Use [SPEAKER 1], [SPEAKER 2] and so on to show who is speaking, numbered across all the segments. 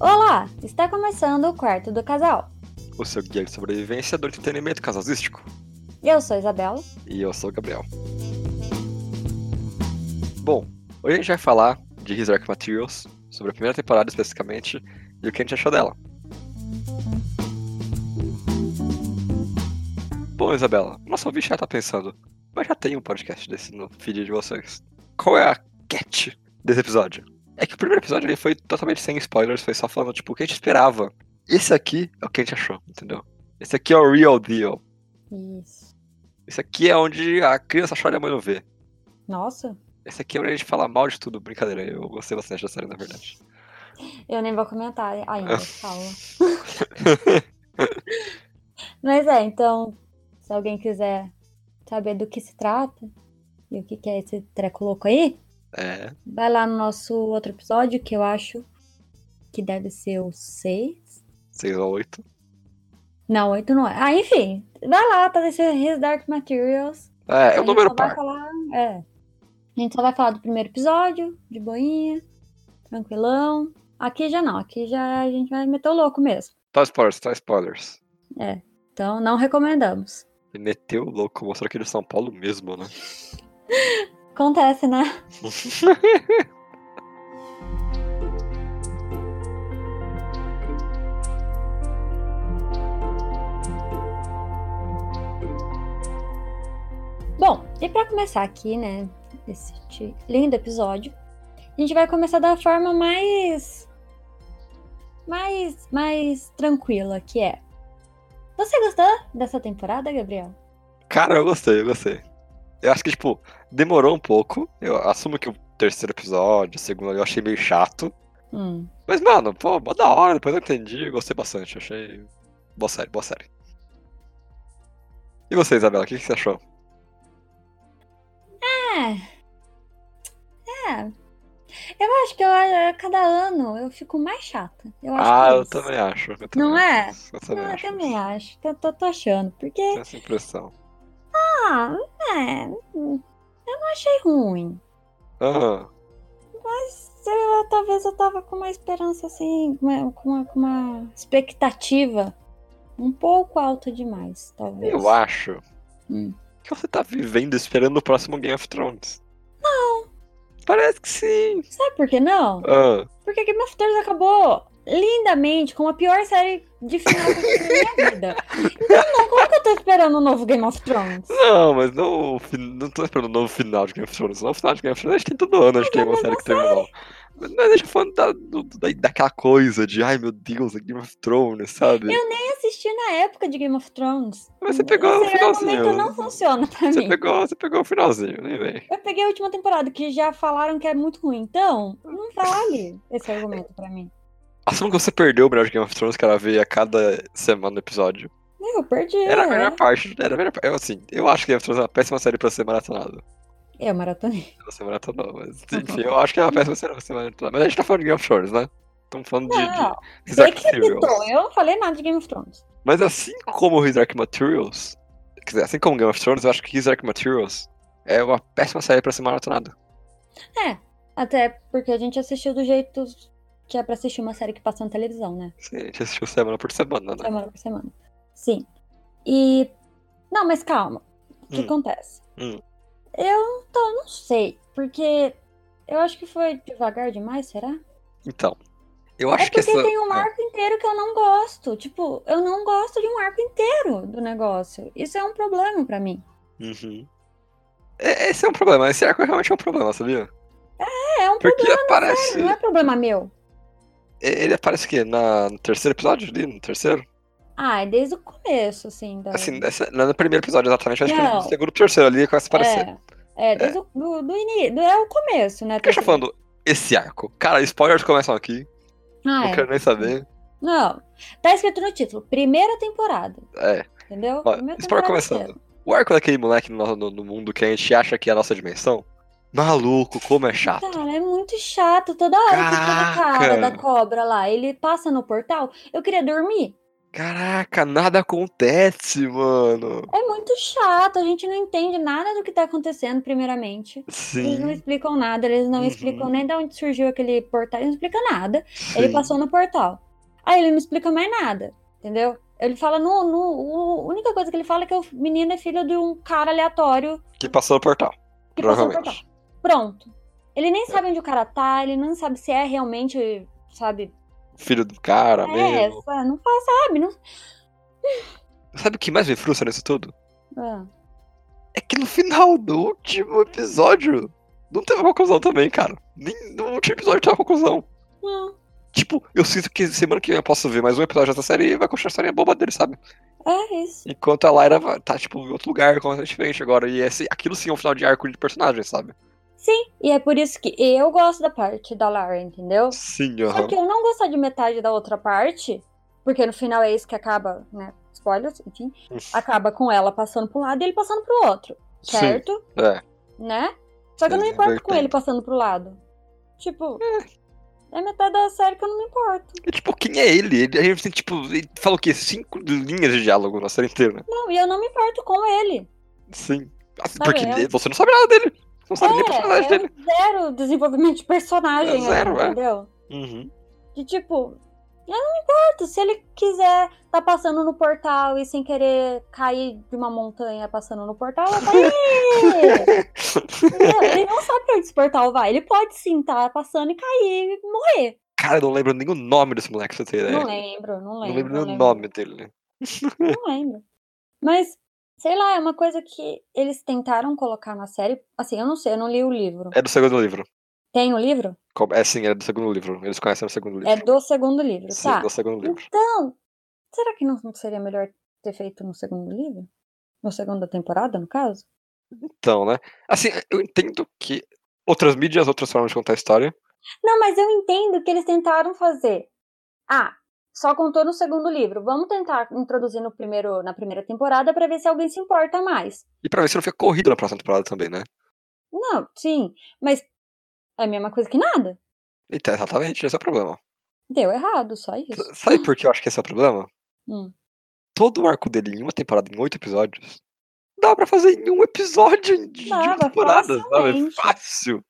[SPEAKER 1] Olá! Está começando o quarto do casal.
[SPEAKER 2] O seu guia de sobrevivência do entretenimento casalístico.
[SPEAKER 1] Eu sou a Isabela.
[SPEAKER 2] E eu sou o Gabriel. Bom, hoje a gente vai falar de His Dark Materials, sobre a primeira temporada especificamente, e o que a gente achou dela. Bom, Isabela, nosso ouvinte já tá pensando, mas já tem um podcast desse no feed de vocês. Qual é a catch desse episódio? É que o primeiro episódio ele foi totalmente sem spoilers, foi só falando, tipo, o que a gente esperava. Esse aqui é o que a gente achou, entendeu? Esse aqui é o real deal.
[SPEAKER 1] Isso.
[SPEAKER 2] Esse aqui é onde a criança chora e a mãe não vê.
[SPEAKER 1] Nossa,
[SPEAKER 2] Esse aqui é onde a gente fala mal de tudo, brincadeira. Eu gostei bastante da série, na verdade.
[SPEAKER 1] eu nem vou comentar ainda, calma. Mas é, então, se alguém quiser saber do que se trata e o que, que é esse treco louco aí,
[SPEAKER 2] É,
[SPEAKER 1] vai lá no nosso outro episódio, que eu acho que deve ser o 6.
[SPEAKER 2] 6 a 8.
[SPEAKER 1] Não, 8 não é. Ah, enfim, vai lá, tá nesse His Dark Materials.
[SPEAKER 2] É,
[SPEAKER 1] A
[SPEAKER 2] é o
[SPEAKER 1] gente
[SPEAKER 2] número
[SPEAKER 1] só vai
[SPEAKER 2] par.
[SPEAKER 1] falar- é. A gente só vai falar do primeiro episódio, de boinha, tranquilão. Aqui já não, aqui já a gente vai meter o louco mesmo.
[SPEAKER 2] Tá spoilers, tá spoilers.
[SPEAKER 1] Então não recomendamos.
[SPEAKER 2] Ele meteu o louco, mostrou aqui de São Paulo mesmo, né?
[SPEAKER 1] Acontece, né? Bom, e pra começar aqui, né, esse ti- lindo episódio, a gente vai começar da forma mais mais mais tranquila, que é. Você gostou dessa temporada, Gabriel?
[SPEAKER 2] Cara, eu gostei, eu gostei. Eu acho que, tipo, demorou um pouco. Eu assumo que o terceiro episódio, o segundo, eu achei meio chato.
[SPEAKER 1] Hum.
[SPEAKER 2] Mas, mano, pô, mó da hora, depois eu entendi, eu gostei bastante, achei. Boa série, boa série. E você, Isabela, o que, que você achou?
[SPEAKER 1] Eu acho que eu, a cada ano eu fico mais chata. Eu acho
[SPEAKER 2] ah,
[SPEAKER 1] que é
[SPEAKER 2] eu
[SPEAKER 1] isso.
[SPEAKER 2] também acho. Eu também
[SPEAKER 1] Não é?
[SPEAKER 2] acho, Eu também
[SPEAKER 1] Não, eu
[SPEAKER 2] acho.
[SPEAKER 1] também acho. Eu tô, tô achando. Porque,
[SPEAKER 2] Tenho essa impressão.
[SPEAKER 1] ah, é. Eu não achei ruim.
[SPEAKER 2] Aham.
[SPEAKER 1] Mas eu- talvez eu tava com uma esperança assim, com uma, com uma- com uma expectativa um pouco alta demais, talvez.
[SPEAKER 2] Eu acho
[SPEAKER 1] Hum.
[SPEAKER 2] que você tá vivendo esperando o próximo Game of Thrones. Não. Parece que sim.
[SPEAKER 1] Sabe por que não?
[SPEAKER 2] Ah,
[SPEAKER 1] Porque Game of Thrones acabou lindamente com a pior série de final que eu vi na minha vida. Então, não, como que eu tô esperando um novo Game of Thrones?
[SPEAKER 2] não, mas não, o fin- não tô esperando o novo final de Game of Thrones. O novo final de Game of Thrones a gente tem todo ano, a gente tem uma série que terminou. Mas não, deixa eu falar da, do- da- daquela coisa de, ai meu Deus, é Game of Thrones, sabe?
[SPEAKER 1] Eu nem assisti na época de Game of Thrones.
[SPEAKER 2] Mas você pegou no
[SPEAKER 1] Esse
[SPEAKER 2] finalzinho.
[SPEAKER 1] argumento não funciona pra
[SPEAKER 2] né? Você
[SPEAKER 1] mim.
[SPEAKER 2] pegou, você pegou o finalzinho, nem vem.
[SPEAKER 1] Eu peguei a última temporada, que já falaram que é muito ruim. Então, não vale esse argumento pra mim.
[SPEAKER 2] Assumo que você perdeu o melhor de Game of Thrones, que era ver a cada semana o episódio.
[SPEAKER 1] Eu perdi.
[SPEAKER 2] Era a
[SPEAKER 1] é.
[SPEAKER 2] melhor parte, era a melhor parte. Eu, assim, eu acho que Game of Thrones é uma péssima série pra ser maratonada.
[SPEAKER 1] Eu maratonei.
[SPEAKER 2] Não ser maratonada, mas enfim, eu acho que é uma péssima série pra ser maratonada. Mas a gente tá falando de Game of Thrones, né? Estamos falando de,
[SPEAKER 1] Não,
[SPEAKER 2] de
[SPEAKER 1] você
[SPEAKER 2] Dark
[SPEAKER 1] que citou. Eu não falei nada de Game of Thrones.
[SPEAKER 2] Mas assim como His Dark Materials, quer dizer, assim como Game of Thrones, eu acho que His Dark Materials é uma péssima série pra ser maratonada.
[SPEAKER 1] Até porque a gente assistiu do jeito que é pra assistir uma série que passa na televisão, né?
[SPEAKER 2] Sim, a gente assistiu semana por semana, né?
[SPEAKER 1] Semana por semana. Sim. E. Não, mas calma. O que
[SPEAKER 2] Hum.
[SPEAKER 1] acontece?
[SPEAKER 2] Hum.
[SPEAKER 1] Eu tô, não sei, porque eu acho que foi devagar demais, será?
[SPEAKER 2] Então, eu acho
[SPEAKER 1] é
[SPEAKER 2] que
[SPEAKER 1] porque
[SPEAKER 2] essa...
[SPEAKER 1] tem um
[SPEAKER 2] é.
[SPEAKER 1] arco inteiro que eu não gosto. Tipo, eu não gosto de um arco inteiro do negócio. Isso é um problema pra mim.
[SPEAKER 2] Uhum. É- Esse é um problema, esse arco realmente é um problema, sabia?
[SPEAKER 1] É, é um
[SPEAKER 2] Porque
[SPEAKER 1] problema,
[SPEAKER 2] aparece.
[SPEAKER 1] não é problema meu.
[SPEAKER 2] Ele aparece o quê? Na, no terceiro episódio ali? No terceiro?
[SPEAKER 1] Ah, é desde o começo, assim. Da...
[SPEAKER 2] Assim, nessa- não é no primeiro episódio exatamente, mas acho que
[SPEAKER 1] Não.
[SPEAKER 2] no segundo terceiro ali ele começa a aparecer.
[SPEAKER 1] É, é desde o do, início. É o começo, né?
[SPEAKER 2] Por que eu tô falando esse arco? Cara, spoilers começam aqui,
[SPEAKER 1] Ah,
[SPEAKER 2] não
[SPEAKER 1] é.
[SPEAKER 2] quero nem saber.
[SPEAKER 1] Não. Tá escrito no título, primeira temporada.
[SPEAKER 2] É.
[SPEAKER 1] Entendeu?
[SPEAKER 2] Ó,
[SPEAKER 1] Primeira
[SPEAKER 2] spoiler
[SPEAKER 1] temporada
[SPEAKER 2] começando.
[SPEAKER 1] inteira.
[SPEAKER 2] O arco daquele moleque no, no- no mundo que a gente acha que é a nossa dimensão, maluco, como é chato.
[SPEAKER 1] Cara, é muito chato. Toda hora que aquele
[SPEAKER 2] Caraca!
[SPEAKER 1] cara da cobra lá, ele passa no portal, eu queria dormir.
[SPEAKER 2] Caraca, nada acontece, mano.
[SPEAKER 1] É muito chato, a gente não entende nada do que tá acontecendo, primeiramente. Eles não
[SPEAKER 2] Sim.
[SPEAKER 1] explicam nada, eles não
[SPEAKER 2] Uhum.
[SPEAKER 1] explicam nem de onde surgiu aquele portal, eles não explicam nada. Ele
[SPEAKER 2] sim.
[SPEAKER 1] passou no portal. Aí ele não explica mais nada, entendeu? Ele fala, no, no, o- a única coisa que ele fala é que o menino é filho de um cara aleatório
[SPEAKER 2] Que passou no portal.
[SPEAKER 1] que passou no portal.
[SPEAKER 2] provavelmente.
[SPEAKER 1] Pronto. Ele nem sabe onde o cara tá, ele não sabe se é realmente, sabe?
[SPEAKER 2] Filho do cara
[SPEAKER 1] É,
[SPEAKER 2] mesmo.
[SPEAKER 1] sa- não faz, sabe? Não...
[SPEAKER 2] Sabe o que mais me frustra nisso tudo?
[SPEAKER 1] Ah,
[SPEAKER 2] É que no final do último episódio não teve uma conclusão também, cara. Nem no último episódio teve uma conclusão.
[SPEAKER 1] não.
[SPEAKER 2] Tipo, eu sinto que semana que vem eu posso ver mais um episódio dessa série e vai continuar a série boba dele, sabe?
[SPEAKER 1] É isso.
[SPEAKER 2] Enquanto a Lyra va- tá, tipo, em outro lugar, completamente diferente agora. E esse, aquilo sim é um final de arco de personagem, sabe?
[SPEAKER 1] Sim, e é por isso que eu gosto da parte da Lara, entendeu?
[SPEAKER 2] Sim,
[SPEAKER 1] Só
[SPEAKER 2] aham.
[SPEAKER 1] que eu não gostar de metade da outra parte, porque no final é isso que acaba, né? Spoilers, enfim. Acaba com ela passando pra um lado e ele passando pro outro,
[SPEAKER 2] Sim,
[SPEAKER 1] certo?
[SPEAKER 2] é.
[SPEAKER 1] Né? Só que eu não me
[SPEAKER 2] Sim,
[SPEAKER 1] importo com
[SPEAKER 2] vertente.
[SPEAKER 1] ele passando pro lado. Tipo, é metade da série que eu não me importo.
[SPEAKER 2] E, tipo, quem é ele? ele a gente tem, tipo, ele fala o quê? Cinco linhas de diálogo na série inteira, né?
[SPEAKER 1] Não, e eu não me importo com ele.
[SPEAKER 2] Sim. Assim,
[SPEAKER 1] Tá
[SPEAKER 2] porque
[SPEAKER 1] vendo?
[SPEAKER 2] ele- você não sabe nada dele. Você não sabe nem o personagem
[SPEAKER 1] É,
[SPEAKER 2] dele.
[SPEAKER 1] é zero desenvolvimento de personagem,
[SPEAKER 2] É zero,
[SPEAKER 1] ali,
[SPEAKER 2] é.
[SPEAKER 1] entendeu?
[SPEAKER 2] Uhum.
[SPEAKER 1] De tipo, eu não me importo. Se ele quiser tá passando no portal e sem querer cair de uma montanha passando no portal, eu tá aí! Entendeu? ele não sabe pra onde esse portal vai. Ele pode sim tá passando e cair.
[SPEAKER 2] Cara, eu não lembro nem o nome desse moleque, pra você ter ideia.
[SPEAKER 1] Não lembro, não
[SPEAKER 2] É. Não
[SPEAKER 1] lembro.
[SPEAKER 2] lembro nem
[SPEAKER 1] não
[SPEAKER 2] o
[SPEAKER 1] lembro.
[SPEAKER 2] nome dele.
[SPEAKER 1] Não lembro. Mas, sei lá, é uma coisa que eles tentaram colocar na série. Assim, eu não sei, eu não li o livro.
[SPEAKER 2] É do segundo livro.
[SPEAKER 1] Tem o livro?
[SPEAKER 2] Como- É sim, é do segundo livro. Eles conhecem no segundo livro.
[SPEAKER 1] É do segundo livro,
[SPEAKER 2] Sim,
[SPEAKER 1] tá?
[SPEAKER 2] do segundo livro.
[SPEAKER 1] Então, será que não seria melhor ter feito no segundo livro? Na segunda temporada, no caso?
[SPEAKER 2] Então, né? Assim, eu entendo que outras mídias, outras formas de contar a história.
[SPEAKER 1] Não, mas eu entendo que eles tentaram fazer. Ah, só contou no segundo livro. Vamos tentar introduzir no primeiro, na primeira temporada pra ver se alguém se importa mais.
[SPEAKER 2] E pra ver se não fica corrido na próxima temporada também, né?
[SPEAKER 1] Não, sim, mas é a mesma coisa que nada.
[SPEAKER 2] Então, exatamente, esse é o problema.
[SPEAKER 1] Deu errado, só isso.
[SPEAKER 2] S- Sabe por que eu acho que esse é o problema?
[SPEAKER 1] Hum.
[SPEAKER 2] Todo o arco dele em uma temporada, em oito episódios, dá pra fazer em um episódio de de uma
[SPEAKER 1] Dava,
[SPEAKER 2] temporada, sabe? É
[SPEAKER 1] facilmente.
[SPEAKER 2] Fácil.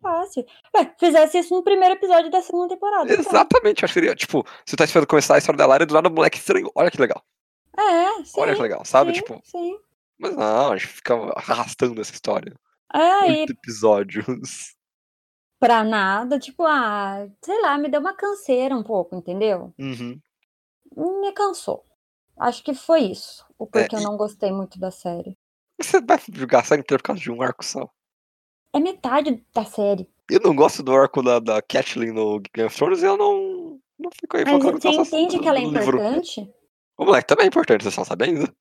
[SPEAKER 1] Fácil. Ué, fizesse isso no primeiro episódio da segunda temporada. então. pronto.
[SPEAKER 2] Exatamente, eu acho que seria, tipo, você tá esperando começar a história da Lara e do nada o moleque estranho. Olha que legal.
[SPEAKER 1] É, sim.
[SPEAKER 2] Olha que legal, sabe?
[SPEAKER 1] sim,
[SPEAKER 2] Tipo,
[SPEAKER 1] sim.
[SPEAKER 2] mas não, a gente fica arrastando essa história.
[SPEAKER 1] É, e
[SPEAKER 2] Oito episódios.
[SPEAKER 1] pra nada, tipo, ah, sei lá, me deu uma canseira um pouco, entendeu?
[SPEAKER 2] Uhum.
[SPEAKER 1] Me cansou. Acho que foi isso. O
[SPEAKER 2] É,
[SPEAKER 1] porquê eu
[SPEAKER 2] e-
[SPEAKER 1] não gostei muito da série.
[SPEAKER 2] Você vai julgar a série inteira por causa de um arco só.
[SPEAKER 1] É metade da série.
[SPEAKER 2] Eu não gosto do arco da, da Catelyn no Game of Thrones e eu não, não fico aí
[SPEAKER 1] Mas
[SPEAKER 2] focado
[SPEAKER 1] você entende que ela é
[SPEAKER 2] livro.
[SPEAKER 1] importante?
[SPEAKER 2] O moleque também é importante, vocês estão sabendo?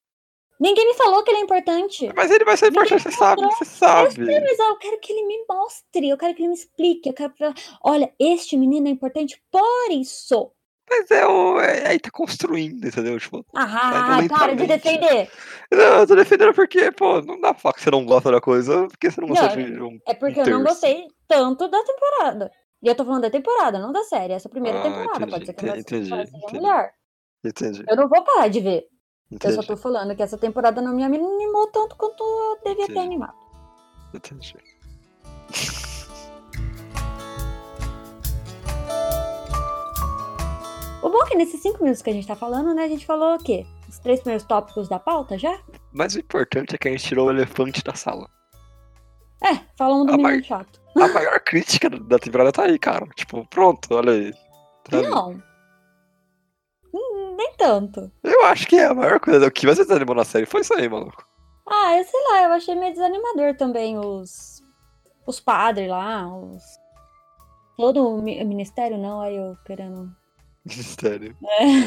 [SPEAKER 1] Ninguém me falou que ele é importante. assim,
[SPEAKER 2] Mas ele vai ser importante, você sabe, você sabe.
[SPEAKER 1] "Ah, Mas ó, eu quero que ele me mostre, eu quero que ele me explique, eu quero pra... Olha, este menino é importante por isso.
[SPEAKER 2] Mas é o. é- aí tá construindo, entendeu? Tipo,
[SPEAKER 1] Ah,
[SPEAKER 2] Mas não
[SPEAKER 1] para de
[SPEAKER 2] lentamente.
[SPEAKER 1] defender.
[SPEAKER 2] não, eu tô defendendo porque, pô, não dá pra falar que você não gosta da coisa, porque você não
[SPEAKER 1] Não,
[SPEAKER 2] gosta de um.
[SPEAKER 1] É porque eu não
[SPEAKER 2] Terço.
[SPEAKER 1] gostei tanto da temporada. E eu tô falando da temporada, não da série. Essa é primeira
[SPEAKER 2] Ah,
[SPEAKER 1] temporada.
[SPEAKER 2] entendi,
[SPEAKER 1] pode ser que a
[SPEAKER 2] entendi,
[SPEAKER 1] temporada seja
[SPEAKER 2] entendi.
[SPEAKER 1] melhor.
[SPEAKER 2] Entendi.
[SPEAKER 1] Eu não vou parar de ver. Eu só
[SPEAKER 2] Entendi.
[SPEAKER 1] tô falando que essa temporada não me animou tanto quanto eu devia ter
[SPEAKER 2] Entendi.
[SPEAKER 1] animado.
[SPEAKER 2] entendi.
[SPEAKER 1] O bom é que nesses cinco minutos que a gente tá falando, né, a gente falou o quê? Os três primeiros tópicos da pauta já?
[SPEAKER 2] Mas o importante é que a gente tirou o elefante da sala.
[SPEAKER 1] É, fala um do
[SPEAKER 2] Ah,
[SPEAKER 1] menino
[SPEAKER 2] mas-
[SPEAKER 1] chato.
[SPEAKER 2] A maior crítica da temporada tá aí, cara. Tipo, pronto, olha aí. Tá Sabe?
[SPEAKER 1] Não. Hum, Nem tanto.
[SPEAKER 2] Eu acho que é a maior coisa. O que mais me desanimou na série foi isso aí, maluco.
[SPEAKER 1] Ah, eu sei lá, eu achei meio desanimador também os. Os padres lá, os. Todo o mi- ministério, não, aí eu querendo.
[SPEAKER 2] Ministério.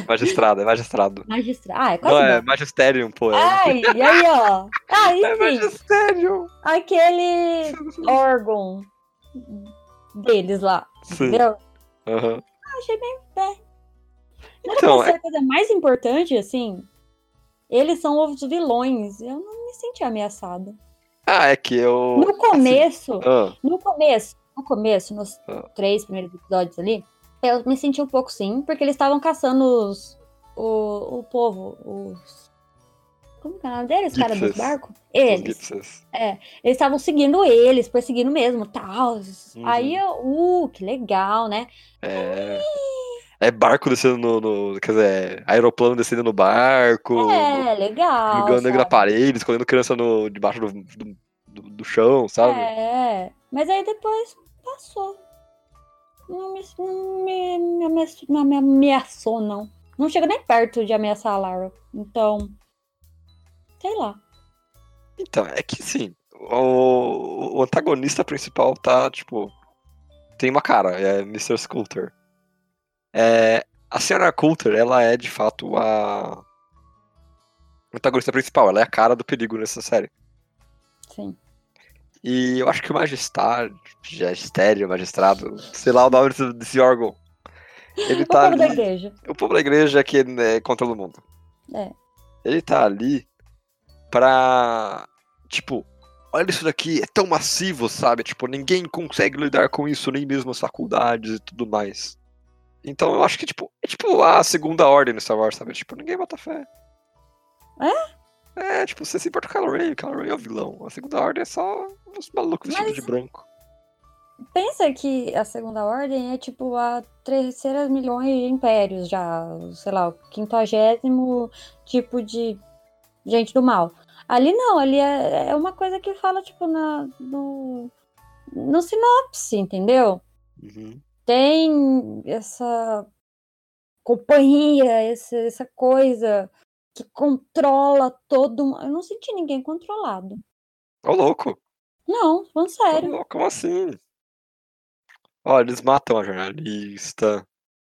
[SPEAKER 2] Magistrado, é magistrado.
[SPEAKER 1] Magistrado. Ah, é quase. Ah,
[SPEAKER 2] Não, é
[SPEAKER 1] Não,
[SPEAKER 2] magisterium, pô. É,
[SPEAKER 1] Ai, e aí, ó. Ah,
[SPEAKER 2] é
[SPEAKER 1] enfim,
[SPEAKER 2] magisterium.
[SPEAKER 1] aquele órgão deles lá,
[SPEAKER 2] Sim.
[SPEAKER 1] entendeu?
[SPEAKER 2] aham.
[SPEAKER 1] achei bem. É. Não era
[SPEAKER 2] Então,
[SPEAKER 1] pra ser
[SPEAKER 2] é-
[SPEAKER 1] a coisa mais importante, assim. Eles são os vilões. Eu não me senti ameaçada.
[SPEAKER 2] Ah, é que eu.
[SPEAKER 1] No começo,
[SPEAKER 2] Ah,
[SPEAKER 1] no começo, no começo, nos
[SPEAKER 2] Ah.
[SPEAKER 1] três primeiros episódios ali, eu me senti um pouco sim, porque eles estavam caçando os, o, o povo, os. Como que é o nome deles? Os caras dos
[SPEAKER 2] Gipsas.
[SPEAKER 1] barcos?
[SPEAKER 2] Os
[SPEAKER 1] Eles.
[SPEAKER 2] gipsas.
[SPEAKER 1] Eles estavam seguindo eles, perseguindo mesmo, tal.
[SPEAKER 2] Uhum.
[SPEAKER 1] Aí eu, uh, que legal, né?
[SPEAKER 2] É. É barco descendo no, no- Quer dizer, é aeroplano descendo no barco.
[SPEAKER 1] é, legal.
[SPEAKER 2] Jogando negro na
[SPEAKER 1] sabe?
[SPEAKER 2] parede, escondendo criança no, debaixo do, do, do- do chão, sabe?
[SPEAKER 1] É, mas aí depois passou. Não me, não me, me ameaçou, não me ameaçou, não. Não chega nem perto de ameaçar a Lara. Então, sei lá.
[SPEAKER 2] Então, é que sim, o, o antagonista principal tá, tipo. Tem uma cara, é Mr. Sculter. É, a senhora Coulter, ela é de fato a. antagonista principal, ela é a cara do perigo nessa série.
[SPEAKER 1] Sim.
[SPEAKER 2] E eu acho que o magistrado, magistério, magistrado, sei lá o nome desse, desse órgão. Ele
[SPEAKER 1] é O
[SPEAKER 2] tá
[SPEAKER 1] povo da
[SPEAKER 2] ali
[SPEAKER 1] igreja.
[SPEAKER 2] o povo da igreja é que né, controla o mundo.
[SPEAKER 1] É.
[SPEAKER 2] Ele tá ali pra. Tipo, olha isso daqui, é tão massivo, sabe? Tipo, ninguém consegue lidar com isso, nem mesmo as faculdades e tudo mais. Então eu acho que, tipo, é tipo a segunda ordem no Star Wars, sabe? Tipo, ninguém bota fé. É? tipo, você se importa com o Kylo Ren, o Kylo Ren é o vilão. A segunda ordem é só uns malucos vestidos
[SPEAKER 1] Mas-
[SPEAKER 2] de branco.
[SPEAKER 1] Pensa que a segunda ordem é tipo a terceira milhões de impérios já, sei lá, o quintagésimo tipo de gente do mal. Ali não, ali é, é uma coisa que fala, tipo, na, no, no sinopse, entendeu? Tem essa companhia, essa, essa coisa que controla todo mundo. Eu não senti ninguém controlado.
[SPEAKER 2] Ô louco!
[SPEAKER 1] Não, falando sério.
[SPEAKER 2] Como, como assim? Ó, eles matam a jornalista.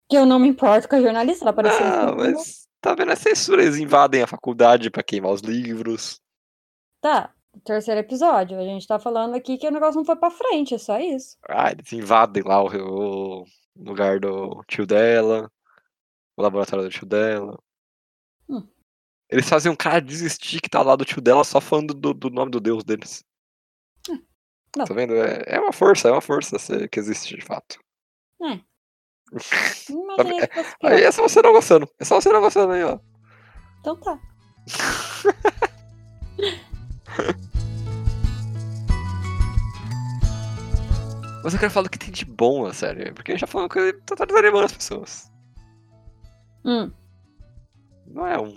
[SPEAKER 1] Que eu não me importo com a jornalista, ela apareceu. assim, no
[SPEAKER 2] Ah,
[SPEAKER 1] filme.
[SPEAKER 2] mas tá vendo? É censura, eles invadem a faculdade pra queimar os livros.
[SPEAKER 1] Tá, terceiro episódio. A gente tá falando aqui que o negócio não foi pra frente, é só isso.
[SPEAKER 2] Ah, eles invadem lá o, o lugar do tio dela, o laboratório do tio dela.
[SPEAKER 1] Hum.
[SPEAKER 2] Eles fazem um cara desistir que tá lá do tio dela só falando do, do nome do deus deles.
[SPEAKER 1] bom.
[SPEAKER 2] Tá vendo? É, é uma força, é uma força se- que existe de fato.
[SPEAKER 1] Não imaginei que fosse pior.
[SPEAKER 2] Tá Aí é só você não gostando. É só você não gostando aí, ó.
[SPEAKER 1] Então tá.
[SPEAKER 2] Mas eu quero falar o que tem de bom na série, porque a gente tá falando que ele tá desanimando as pessoas.
[SPEAKER 1] Hum,
[SPEAKER 2] Não é um.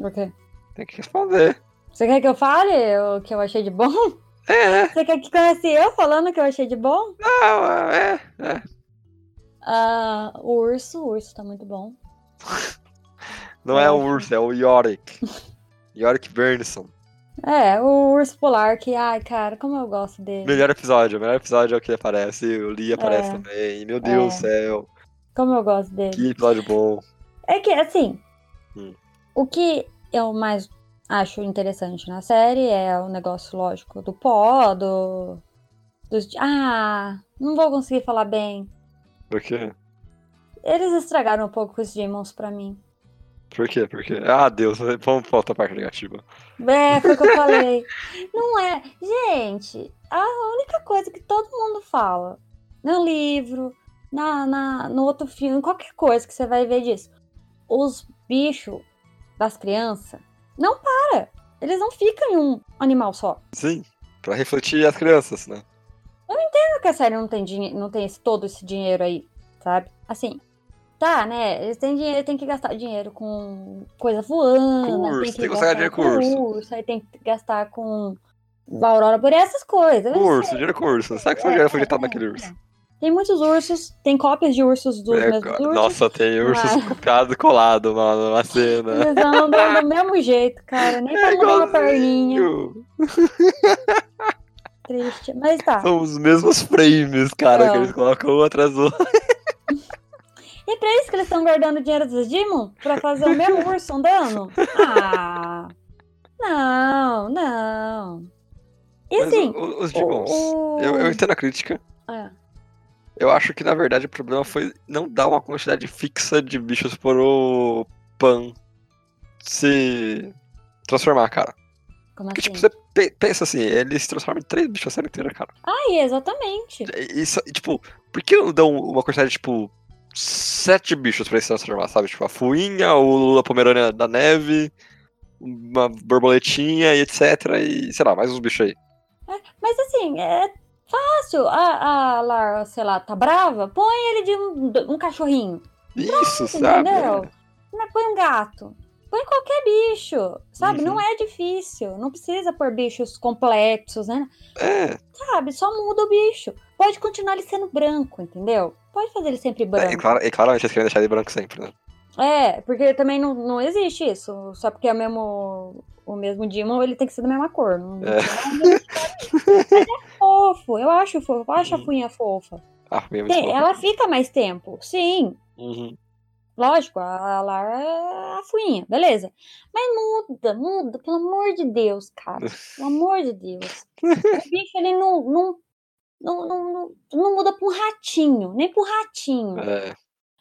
[SPEAKER 1] ok.
[SPEAKER 2] Tem que responder.
[SPEAKER 1] Você quer que eu fale o que eu achei de bom?
[SPEAKER 2] É, é,
[SPEAKER 1] Você quer que comece eu falando o que eu achei de bom?
[SPEAKER 2] não, é, é.
[SPEAKER 1] Ah, o urso, o urso tá muito bom.
[SPEAKER 2] Não é o urso, é o Yorick. Yorick Bernison.
[SPEAKER 1] É, o urso polar, que, ai, cara, como eu gosto dele.
[SPEAKER 2] Melhor episódio, o melhor episódio é o que aparece, o Lee aparece
[SPEAKER 1] É.
[SPEAKER 2] também. Meu Deus do céu,
[SPEAKER 1] Como eu gosto dele.
[SPEAKER 2] que episódio bom.
[SPEAKER 1] É que, assim,
[SPEAKER 2] Hum.
[SPEAKER 1] o que eu mais acho interessante na série é o negócio, lógico, do pó, do. Dos, ah, não vou conseguir falar bem.
[SPEAKER 2] Por quê?
[SPEAKER 1] Eles estragaram um pouco os Demons pra mim.
[SPEAKER 2] Por quê? Por quê? Ah, Deus, vamos pra outra parte negativa.
[SPEAKER 1] É, foi o que eu falei. Não é. Gente, a única coisa que todo mundo fala no livro, na, na, no outro filme, qualquer coisa que você vai ver disso. Os bichos das crianças não para. Eles não ficam em um animal só.
[SPEAKER 2] Sim, pra refletir as crianças, né?
[SPEAKER 1] Por que a série não tem, dinhe- não tem esse- todo esse dinheiro aí, sabe? Assim, tá, né? Eles têm dinheiro, tem que gastar dinheiro com coisa voando.
[SPEAKER 2] Com urso, tem que
[SPEAKER 1] gastar
[SPEAKER 2] gastar dinheiro com urso.
[SPEAKER 1] Aí tem que gastar com Aurora Boreal, essas coisas. Eu É.
[SPEAKER 2] Curso, dinheiro com urso. Será que seu dinheiro foi injetado naquele urso?
[SPEAKER 1] Tem muitos ursos, tem cópias de ursos dos
[SPEAKER 2] É,
[SPEAKER 1] mesmos
[SPEAKER 2] cara,
[SPEAKER 1] ursos.
[SPEAKER 2] Nossa, tem ursos
[SPEAKER 1] mas-
[SPEAKER 2] copiado e colado, mano, na cena.
[SPEAKER 1] Eles andam do mesmo jeito, cara. Nem tá pra mudar uma perninha.
[SPEAKER 2] É igualzinho.
[SPEAKER 1] Triste. Mas tá.
[SPEAKER 2] São os mesmos frames, cara, que
[SPEAKER 1] Não.
[SPEAKER 2] eles colocam um atrás do outro.
[SPEAKER 1] E pra isso que eles estão guardando o dinheiro dos Digimon? Pra fazer o mesmo urso andando? Ah! Não, não. E
[SPEAKER 2] Mas
[SPEAKER 1] assim.
[SPEAKER 2] o- o- os Digimons.
[SPEAKER 1] o-
[SPEAKER 2] Eu, eu entendo a crítica.
[SPEAKER 1] É.
[SPEAKER 2] Eu acho que, na verdade, o problema foi não dar uma quantidade fixa de bichos para o Pan se transformar, cara.
[SPEAKER 1] Como
[SPEAKER 2] Porque,
[SPEAKER 1] assim?
[SPEAKER 2] tipo, você pe- pensa assim, ele se transforma em três bichos a série inteira, cara.
[SPEAKER 1] Aí, exatamente.
[SPEAKER 2] E, e só- e, tipo, por que não dão uma quantidade, tipo, sete bichos pra ele se transformar, sabe? Tipo, a fuinha, o Lula Pomerânia da Neve, uma borboletinha e etc. E sei lá, mais uns bichos aí.
[SPEAKER 1] Mas assim, é fácil. A, a Lara, sei lá, tá brava? Põe ele de um, um cachorrinho,
[SPEAKER 2] Isso, sabe? né?
[SPEAKER 1] entendeu? Não, Põe um gato. Põe qualquer bicho, sabe?
[SPEAKER 2] Uhum.
[SPEAKER 1] Não é difícil. Não precisa pôr bichos complexos, né?
[SPEAKER 2] É,
[SPEAKER 1] Sabe? Só muda o bicho. Pode continuar ele sendo branco, entendeu? Pode fazer ele sempre
[SPEAKER 2] é, e,
[SPEAKER 1] branco.
[SPEAKER 2] claro, e claramente eles querem deixar ele branco sempre, né?
[SPEAKER 1] É, porque também não, não existe isso. Só porque é o mesmo, o mesmo Demon, ele tem que ser da mesma cor. Não,
[SPEAKER 2] É.
[SPEAKER 1] é fofo. Eu acho fofo. Eu acho a
[SPEAKER 2] Uhum.
[SPEAKER 1] Fuinha fofa.
[SPEAKER 2] Ah, minha
[SPEAKER 1] Tem-
[SPEAKER 2] desculpa.
[SPEAKER 1] ela fica mais tempo. Sim,
[SPEAKER 2] Uhum.
[SPEAKER 1] lógico. A Lara é a Fuinha, beleza. Mas muda, muda. Pelo amor de Deus, cara. Pelo amor de Deus. O bicho, ele não... não não, não, não, não muda pra um ratinho, nem pro ratinho.
[SPEAKER 2] É,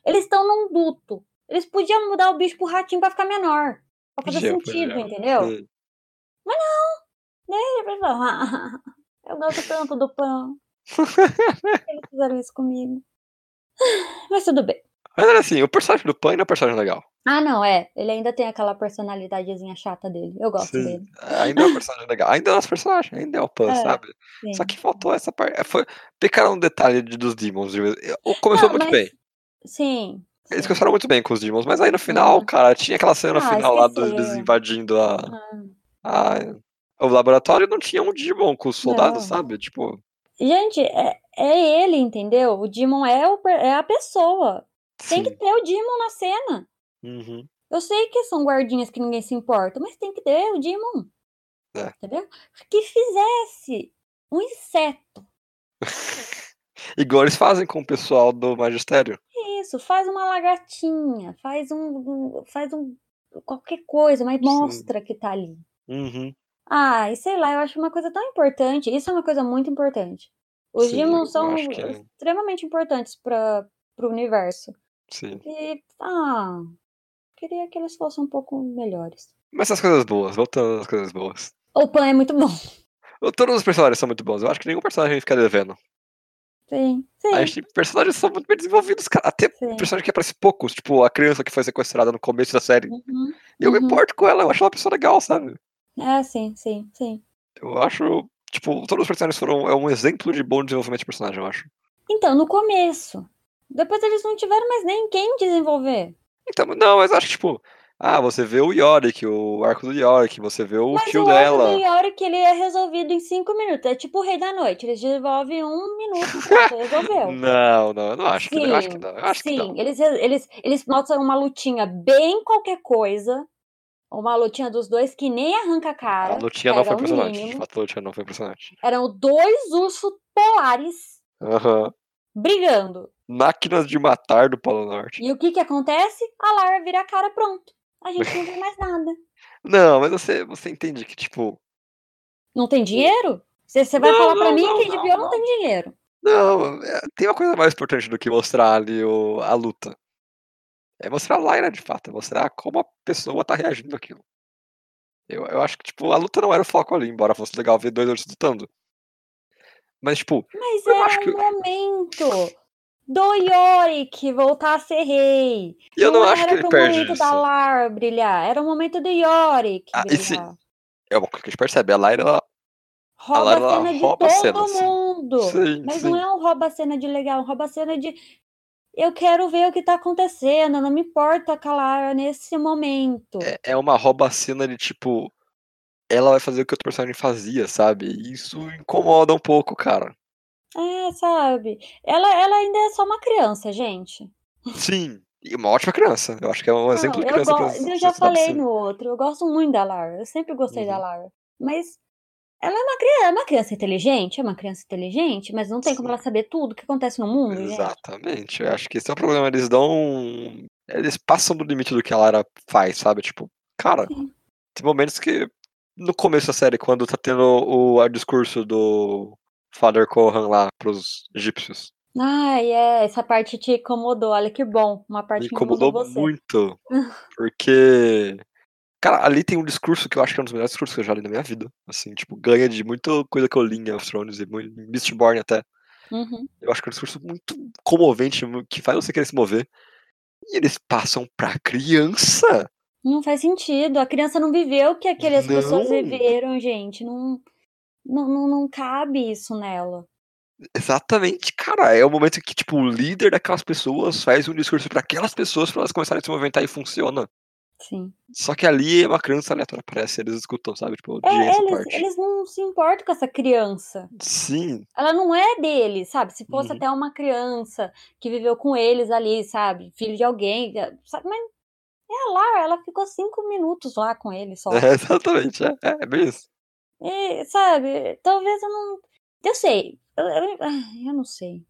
[SPEAKER 1] Eles estão num duto. Eles podiam mudar o bicho pro ratinho pra ficar menor. Pra fazer
[SPEAKER 2] Podia,
[SPEAKER 1] sentido,
[SPEAKER 2] podia.
[SPEAKER 1] entendeu?
[SPEAKER 2] Hum.
[SPEAKER 1] Ele vai falar, "Ah, Eu gosto tanto do pão. Eles fizeram isso comigo. Mas tudo bem.
[SPEAKER 2] Mas era assim, o personagem do Pan ainda é um personagem legal.
[SPEAKER 1] Ah, não, é. Ele ainda tem aquela personalidadezinha chata dele. Eu gosto
[SPEAKER 2] Sim.
[SPEAKER 1] dele.
[SPEAKER 2] Ainda é um personagem legal. Ainda é nosso personagem, ainda é o Pan,
[SPEAKER 1] É,
[SPEAKER 2] sabe?
[SPEAKER 1] sim.
[SPEAKER 2] Só que faltou essa parte. é, Foi... Pecaram um detalhe de- dos Demons. de vez- Eu- Começou
[SPEAKER 1] Não,
[SPEAKER 2] muito
[SPEAKER 1] Ah, mas-
[SPEAKER 2] bem.
[SPEAKER 1] Sim.
[SPEAKER 2] Eles
[SPEAKER 1] sim.
[SPEAKER 2] começaram muito bem com os Demons, mas aí no final,
[SPEAKER 1] Uhum.
[SPEAKER 2] cara, tinha aquela cena
[SPEAKER 1] Ah,
[SPEAKER 2] final lá do-
[SPEAKER 1] esqueceram.
[SPEAKER 2] deles invadindo a, a- o laboratório não tinha um Demon com os soldados,
[SPEAKER 1] Não.
[SPEAKER 2] sabe? Tipo,
[SPEAKER 1] Gente, é, é ele, entendeu? O Demon é, o per- é a pessoa. Tem que
[SPEAKER 2] sim.
[SPEAKER 1] ter o Demon na cena.
[SPEAKER 2] Uhum.
[SPEAKER 1] Eu sei que são guardinhas que ninguém se importa, mas tem que ter o Demon.
[SPEAKER 2] É.
[SPEAKER 1] Entendeu? Que fizesse um inseto.
[SPEAKER 2] Igual eles fazem com o pessoal do magistério.
[SPEAKER 1] É Isso, faz uma lagartinha, faz um. um- faz um. qualquer coisa, mas
[SPEAKER 2] Sim.
[SPEAKER 1] mostra que tá ali.
[SPEAKER 2] Uhum.
[SPEAKER 1] Ah, e sei lá, eu acho uma coisa tão importante. Isso é uma coisa muito importante. Os
[SPEAKER 2] Sim, eu
[SPEAKER 1] Demons são
[SPEAKER 2] acho que é.
[SPEAKER 1] extremamente importantes para o universo.
[SPEAKER 2] Sim.
[SPEAKER 1] E. Ah. Queria que eles fossem um pouco melhores.
[SPEAKER 2] Mas essas coisas boas, voltando às coisas boas.
[SPEAKER 1] O Pan é muito bom.
[SPEAKER 2] Eu- Todos os personagens são muito bons. Eu acho que nenhum personagem fica devendo.
[SPEAKER 1] Sim, sim.
[SPEAKER 2] A gente tem personagens que são muito bem desenvolvidos, cara. Até
[SPEAKER 1] sim.
[SPEAKER 2] personagem que aparece poucos, tipo a criança que foi sequestrada no começo da série.
[SPEAKER 1] Uhum.
[SPEAKER 2] E eu me
[SPEAKER 1] Uhum.
[SPEAKER 2] importo com ela, eu acho ela uma pessoa legal, sabe?
[SPEAKER 1] É, sim, sim, sim.
[SPEAKER 2] Eu acho. Tipo, todos os personagens foram. É um exemplo de bom desenvolvimento de personagem, eu acho.
[SPEAKER 1] Então, no começo. Depois eles não tiveram mais nem quem desenvolver.
[SPEAKER 2] Então, não, mas eu acho que, tipo. Ah, você vê o Yorick, o arco do Yorick, você vê o
[SPEAKER 1] Mas
[SPEAKER 2] tio
[SPEAKER 1] o arco do
[SPEAKER 2] dela.
[SPEAKER 1] Yorick, ele é resolvido em cinco minutos. É tipo o Rei da Noite. Eles desenvolvem um minuto e pronto,
[SPEAKER 2] Hum.
[SPEAKER 1] resolveu.
[SPEAKER 2] Não, não, eu não acho que não. Eu acho que não. Eu acho
[SPEAKER 1] sim.
[SPEAKER 2] que não.
[SPEAKER 1] Eles, re- eles, eles mostram uma lutinha bem qualquer coisa. Uma lutinha dos dois que nem arranca a cara. um
[SPEAKER 2] A Lutinha não
[SPEAKER 1] era
[SPEAKER 2] foi
[SPEAKER 1] o
[SPEAKER 2] impressionante. De
[SPEAKER 1] mínimo.
[SPEAKER 2] fato, a Lutinha não foi impressionante.
[SPEAKER 1] Eram dois ursos polares
[SPEAKER 2] Aham.
[SPEAKER 1] brigando.
[SPEAKER 2] Máquinas de matar do Polo Norte.
[SPEAKER 1] E o que que acontece? A Lara vira a cara, pronto. A gente não vê mais nada.
[SPEAKER 2] Não, mas você, você entende que, tipo.
[SPEAKER 1] Não tem dinheiro? Você você vai
[SPEAKER 2] Não,
[SPEAKER 1] falar pra
[SPEAKER 2] não,
[SPEAKER 1] mim
[SPEAKER 2] não,
[SPEAKER 1] que
[SPEAKER 2] não,
[SPEAKER 1] HBO não,
[SPEAKER 2] não.
[SPEAKER 1] tem dinheiro.
[SPEAKER 2] Não, é, tem uma coisa mais importante do que mostrar ali o, a luta. É mostrar a Lyra de fato, é mostrar como a pessoa tá reagindo àquilo. Eu, eu acho que, tipo, a luta não era o foco ali, embora fosse legal ver dois outros lutando. Mas, tipo,
[SPEAKER 1] Mas
[SPEAKER 2] Eu
[SPEAKER 1] era
[SPEAKER 2] acho que-
[SPEAKER 1] um momento do Yorick voltar a ser rei.
[SPEAKER 2] eu não, acho
[SPEAKER 1] era
[SPEAKER 2] que ele
[SPEAKER 1] pro
[SPEAKER 2] perde
[SPEAKER 1] um momento
[SPEAKER 2] isso.
[SPEAKER 1] da Lara brilhar. Era o momento do Yorick
[SPEAKER 2] Ah, e
[SPEAKER 1] brilhar.
[SPEAKER 2] se- É uma coisa que a gente percebe, a Lyra, ela...
[SPEAKER 1] Rouba
[SPEAKER 2] Lara,
[SPEAKER 1] a
[SPEAKER 2] ela
[SPEAKER 1] cena de
[SPEAKER 2] "Ah, rouba a
[SPEAKER 1] todo
[SPEAKER 2] cena, sim.
[SPEAKER 1] mundo.
[SPEAKER 2] Sim,
[SPEAKER 1] Mas
[SPEAKER 2] sim.
[SPEAKER 1] não é um rouba a cena de legal, é um rouba a cena de eu quero ver o que tá acontecendo, não me importa com a Lara nesse momento.
[SPEAKER 2] É, é uma rouba-cena de, tipo, ela vai fazer o que outro personagem fazia, sabe? E isso incomoda um pouco, cara.
[SPEAKER 1] É, sabe? Ela, ela ainda é só uma criança, gente.
[SPEAKER 2] Sim, e uma ótima criança. Eu acho que é um exemplo
[SPEAKER 1] Não,
[SPEAKER 2] de
[SPEAKER 1] eu,
[SPEAKER 2] criança. pra
[SPEAKER 1] go-
[SPEAKER 2] se-
[SPEAKER 1] eu
[SPEAKER 2] se
[SPEAKER 1] já
[SPEAKER 2] se dar pra
[SPEAKER 1] falei
[SPEAKER 2] ser.
[SPEAKER 1] no outro, eu gosto muito da Lara, eu sempre gostei da
[SPEAKER 2] Uhum.
[SPEAKER 1] Lara. Mas ela é uma criança, é uma criança inteligente, é uma criança inteligente, mas não tem como
[SPEAKER 2] Sim.
[SPEAKER 1] ela saber tudo que acontece no mundo, gente.
[SPEAKER 2] Exatamente. Eu acho que esse é o problema. Eles dão. um, Eles passam do limite do que a Lara faz, sabe? Tipo, cara,
[SPEAKER 1] Sim.
[SPEAKER 2] tem momentos que. No começo da série, quando tá tendo o, o discurso do Father Kohan lá pros egípcios.
[SPEAKER 1] Ai, é, essa parte te incomodou, olha que bom, uma parte
[SPEAKER 2] Me
[SPEAKER 1] que incomodou,
[SPEAKER 2] incomodou
[SPEAKER 1] você.
[SPEAKER 2] muito. Porque. Cara, ali tem um discurso que eu acho que é um dos melhores discursos que eu já li na minha vida. Assim, tipo, ganha de muita coisa que eu li em Game of Thrones e muito- em Mistborn até.
[SPEAKER 1] Uhum.
[SPEAKER 2] Eu acho que é um discurso muito comovente, mu- que faz você querer se mover. E eles passam pra criança.
[SPEAKER 1] Não faz sentido. A criança não viveu o que aquelas
[SPEAKER 2] Não.
[SPEAKER 1] pessoas viveram, gente. Não, não, não, não cabe isso nela.
[SPEAKER 2] Exatamente, cara. É o momento que, tipo, o líder daquelas pessoas faz um discurso pra aquelas pessoas pra elas começarem a se movimentar e funciona.
[SPEAKER 1] Sim.
[SPEAKER 2] Só que ali é uma criança aleatória, parece, eles escutam, sabe? Tipo, eu
[SPEAKER 1] É,
[SPEAKER 2] odiei essa
[SPEAKER 1] eles,
[SPEAKER 2] parte.
[SPEAKER 1] eles não se importam com essa criança.
[SPEAKER 2] Sim,
[SPEAKER 1] Ela não é deles, sabe? Se fosse
[SPEAKER 2] Uhum.
[SPEAKER 1] até uma criança que viveu com eles ali, sabe? Filho de alguém, eh, sabe? Mas é lá, ela ficou cinco minutos lá com ele só.
[SPEAKER 2] é, exatamente. É, é, é bem isso.
[SPEAKER 1] E, sabe? Talvez eu não. Eu sei. Eu, eu, ai, eu não sei.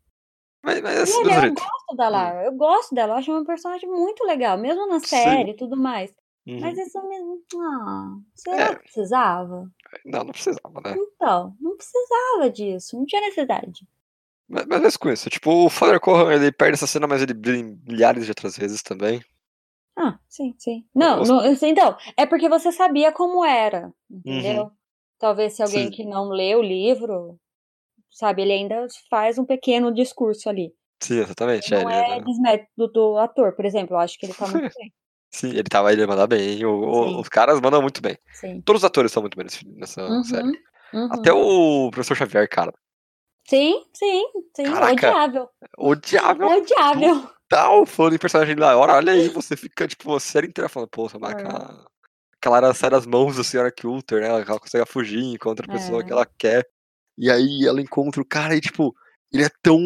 [SPEAKER 2] Mas, mas
[SPEAKER 1] E é
[SPEAKER 2] assim, do
[SPEAKER 1] olha, eu
[SPEAKER 2] jeito.
[SPEAKER 1] gosto da Lara. Eu gosto dela. Eu acho uma personagem muito legal, mesmo na
[SPEAKER 2] Hum. Sim.
[SPEAKER 1] série e tudo mais.
[SPEAKER 2] Uhum.
[SPEAKER 1] Mas isso mesmo. Ah, será
[SPEAKER 2] É.
[SPEAKER 1] que precisava?
[SPEAKER 2] Não, não precisava, né?
[SPEAKER 1] Então, não precisava disso. Não tinha necessidade.
[SPEAKER 2] Mas, mas mesmo com isso, tipo, o Father Corran, ele perde essa cena, mas ele brilha em milhares de outras vezes também.
[SPEAKER 1] Ah, sim, sim. Não,
[SPEAKER 2] os-
[SPEAKER 1] não, eu sei, então, é porque você sabia como era, entendeu? Talvez se alguém
[SPEAKER 2] Uhum. Sim.
[SPEAKER 1] que não lê o livro, sabe, ele ainda faz um pequeno discurso ali.
[SPEAKER 2] Sim, exatamente. é,
[SPEAKER 1] Não
[SPEAKER 2] ele,
[SPEAKER 1] é desmérito do, do ator, por exemplo, eu acho que ele tá muito bem.
[SPEAKER 2] Sim, ele tava, ele manda bem. o- o-
[SPEAKER 1] Sim.
[SPEAKER 2] os caras mandam muito bem.
[SPEAKER 1] Sim.
[SPEAKER 2] Todos os atores são muito bem nesse- nessa
[SPEAKER 1] Uhum,
[SPEAKER 2] série.
[SPEAKER 1] uhum.
[SPEAKER 2] Até o Professor Xavier, cara.
[SPEAKER 1] Sim, sim, sim,
[SPEAKER 2] Caraca.
[SPEAKER 1] odiável. É
[SPEAKER 2] Odiável
[SPEAKER 1] Odiável.
[SPEAKER 2] é tal, falando em personagem da hora, olha aí, você fica, tipo, a série inteira falando, pô, essa
[SPEAKER 1] É.
[SPEAKER 2] marca. Aquela era sai das mãos da senhora Coulter, né? Ela consegue fugir, encontra a pessoa
[SPEAKER 1] É.
[SPEAKER 2] que ela quer. E aí ela encontra o cara e, tipo, ele é tão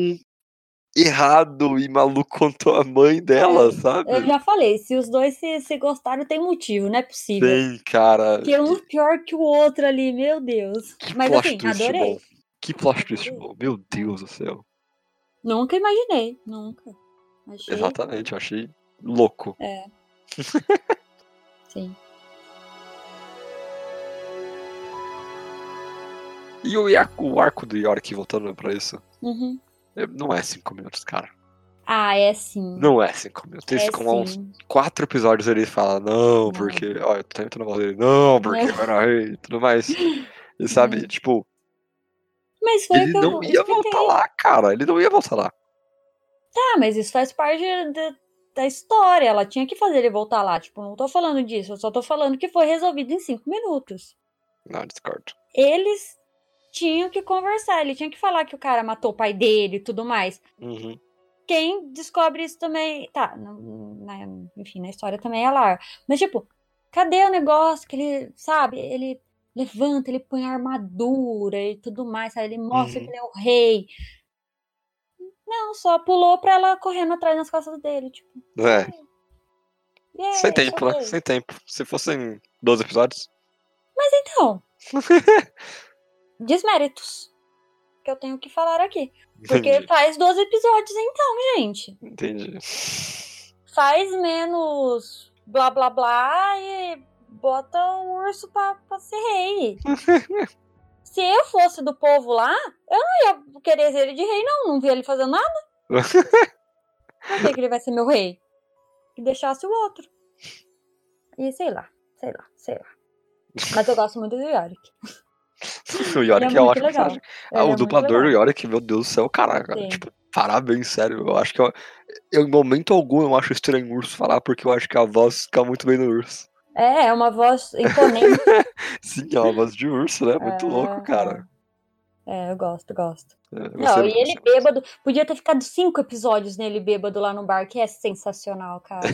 [SPEAKER 2] errado e maluco quanto a mãe
[SPEAKER 1] É,
[SPEAKER 2] dela, sabe?
[SPEAKER 1] Eu já falei, se os dois se, se gostaram, tem motivo, não é possível.
[SPEAKER 2] Bem, cara.
[SPEAKER 1] Que um pior que o outro ali, meu Deus. Mas
[SPEAKER 2] plot
[SPEAKER 1] assim,
[SPEAKER 2] twist
[SPEAKER 1] adorei.
[SPEAKER 2] bom. Que plot twist
[SPEAKER 1] Adorei.
[SPEAKER 2] bom. Meu Deus do céu.
[SPEAKER 1] Nunca imaginei, nunca. Achei,
[SPEAKER 2] Exatamente, eu achei louco.
[SPEAKER 1] sim.
[SPEAKER 2] E o, Iaco- o arco do York, voltando pra isso,
[SPEAKER 1] Uhum.
[SPEAKER 2] eu- não é cinco minutos, cara.
[SPEAKER 1] Ah, é sim.
[SPEAKER 2] Não é cinco minutos. Eles
[SPEAKER 1] é
[SPEAKER 2] ficam lá uns
[SPEAKER 1] sim.
[SPEAKER 2] quatro episódios ele fala, não,
[SPEAKER 1] Não.
[SPEAKER 2] porque. Olha, eu tô tentando falar dele, não, porque
[SPEAKER 1] Não.
[SPEAKER 2] peraí, e tudo mais. E sabe, tipo,
[SPEAKER 1] Mas foi o
[SPEAKER 2] ele
[SPEAKER 1] então, que eu
[SPEAKER 2] não ia
[SPEAKER 1] expliquei.
[SPEAKER 2] voltar lá, cara. Ele não ia voltar lá.
[SPEAKER 1] Ah, mas isso faz parte da, da história. Ela tinha que fazer ele voltar lá. Tipo, não tô falando disso. Eu só tô falando que foi resolvido em cinco minutos.
[SPEAKER 2] Não, discordo.
[SPEAKER 1] Eles tinham que conversar. Ele tinha que falar que o cara matou o pai dele e tudo mais.
[SPEAKER 2] Uhum.
[SPEAKER 1] Quem descobre isso também. Tá, não- na- enfim, na história também é lá. Mas, tipo, cadê o negócio que ele, sabe? Ele levanta, ele põe a armadura e tudo mais, sabe? Ele mostra
[SPEAKER 2] Uhum.
[SPEAKER 1] que ele é o rei. Não, só pulou pra ela correndo atrás nas costas dele. Tipo,
[SPEAKER 2] É,
[SPEAKER 1] "Yay,
[SPEAKER 2] sem tempo, né?
[SPEAKER 1] ok."
[SPEAKER 2] Sem tempo. Se fossem 12 episódios.
[SPEAKER 1] Então, desméritos que eu tenho que falar aqui. Porque
[SPEAKER 2] Entendi.
[SPEAKER 1] faz 12 episódios, então, gente.
[SPEAKER 2] Entendi.
[SPEAKER 1] Faz menos blá blá blá e bota o urso pra, pra ser rei. Se eu fosse do povo lá, eu não ia querer ele de rei, não. Não via ele fazendo nada. Por que, que ele vai ser meu rei? Que deixasse o outro. E sei lá, sei lá, sei lá. Mas eu gosto muito do Yorick.
[SPEAKER 2] o
[SPEAKER 1] Ele é
[SPEAKER 2] Yorick é,
[SPEAKER 1] muito
[SPEAKER 2] um
[SPEAKER 1] legal.
[SPEAKER 2] ótimo personagem. Ah,
[SPEAKER 1] Ele é
[SPEAKER 2] o
[SPEAKER 1] muito
[SPEAKER 2] dublador do
[SPEAKER 1] legal.
[SPEAKER 2] Yorick, meu Deus do céu, caraca.
[SPEAKER 1] Sim.
[SPEAKER 2] Tipo, parabéns, sério. Eu acho que eu, eu, em momento algum, eu acho estranho o urso falar, porque eu acho que a voz fica muito bem no urso.
[SPEAKER 1] É, é uma voz imponente.
[SPEAKER 2] Sim, é uma voz de urso, né? Muito
[SPEAKER 1] É,
[SPEAKER 2] louco, cara.
[SPEAKER 1] É, eu gosto, gosto.
[SPEAKER 2] É, você-
[SPEAKER 1] Não, e ele
[SPEAKER 2] você-
[SPEAKER 1] bêbado. Podia ter ficado cinco episódios nele bêbado lá no bar, que é sensacional, cara.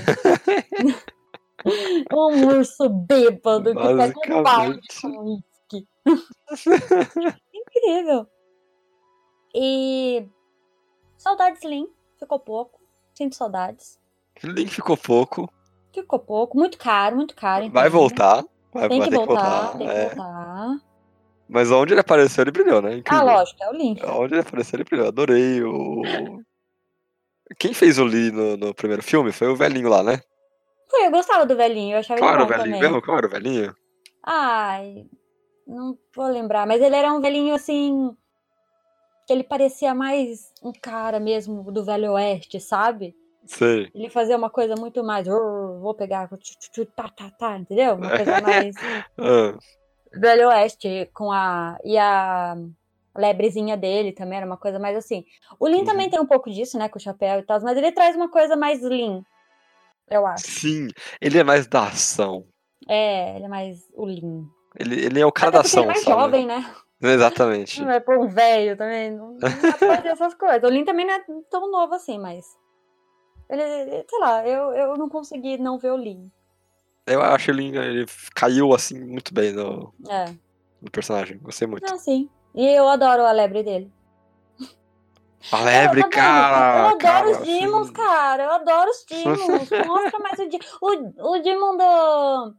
[SPEAKER 1] um urso bêbado que pega um balde
[SPEAKER 2] Basicamente.
[SPEAKER 1] com uísque. Incrível. E. Saudades Lin. Ficou pouco. Sinto saudades.
[SPEAKER 2] O link ficou pouco.
[SPEAKER 1] Ficou pouco. Muito caro, muito caro.
[SPEAKER 2] Vai
[SPEAKER 1] inclusive.
[SPEAKER 2] voltar. Vai,
[SPEAKER 1] Tem
[SPEAKER 2] vai
[SPEAKER 1] que
[SPEAKER 2] ter que
[SPEAKER 1] voltar,
[SPEAKER 2] voltar.
[SPEAKER 1] tem
[SPEAKER 2] é.
[SPEAKER 1] que voltar.
[SPEAKER 2] Mas onde ele apareceu, ele brilhou, né?
[SPEAKER 1] Ah,
[SPEAKER 2] Incrível.
[SPEAKER 1] lógico, é o Lin.
[SPEAKER 2] Onde ele apareceu, ele brilhou. Adorei o. Quem fez o Lee no, no primeiro filme foi o velhinho lá, né?
[SPEAKER 1] Foi, eu gostava do velhinho, eu achava
[SPEAKER 2] Qual
[SPEAKER 1] ele
[SPEAKER 2] era o
[SPEAKER 1] bom
[SPEAKER 2] velhinho
[SPEAKER 1] também.
[SPEAKER 2] mesmo? Qual era o velhinho?
[SPEAKER 1] Ai, não vou lembrar, mas ele era um velhinho assim. Que ele parecia mais um cara mesmo do Velho Oeste, sabe?
[SPEAKER 2] Sei.
[SPEAKER 1] Ele fazia uma coisa muito mais. "Rrr, Vou pegar. tchu, tchu, tchu, Tá, tá, tá, entendeu? Uma coisa mais.
[SPEAKER 2] Ah,
[SPEAKER 1] Velho Oeste com a. E a. lebrezinha dele também, era uma coisa mais assim. O Lean
[SPEAKER 2] Uhum.
[SPEAKER 1] também tem um pouco disso, né, com o chapéu e tal, mas ele traz uma coisa mais Lean, eu acho.
[SPEAKER 2] Sim, ele é mais da ação.
[SPEAKER 1] É, ele é mais o Lean.
[SPEAKER 2] Ele, ele é o cara
[SPEAKER 1] Até
[SPEAKER 2] da
[SPEAKER 1] porque
[SPEAKER 2] ação,
[SPEAKER 1] ele é mais
[SPEAKER 2] sabe?
[SPEAKER 1] jovem, né?
[SPEAKER 2] Exatamente.
[SPEAKER 1] Não é pô, um velho também. Não, não pode essas coisas. O Lin também não é tão novo assim, mas. Ele, ele- sei lá, eu, eu não consegui não ver o Lin.
[SPEAKER 2] Eu acho que ele, ele caiu assim muito bem no,
[SPEAKER 1] É.
[SPEAKER 2] no personagem. Gostei muito.
[SPEAKER 1] Não, sim. E eu adoro a lebre dele.
[SPEAKER 2] A lebre,
[SPEAKER 1] Tá vendo?
[SPEAKER 2] cara!
[SPEAKER 1] Eu adoro
[SPEAKER 2] cara,
[SPEAKER 1] os Demons,
[SPEAKER 2] assim.
[SPEAKER 1] cara. Eu adoro os Demons. Mostra mais o Demon. O, o Demon do.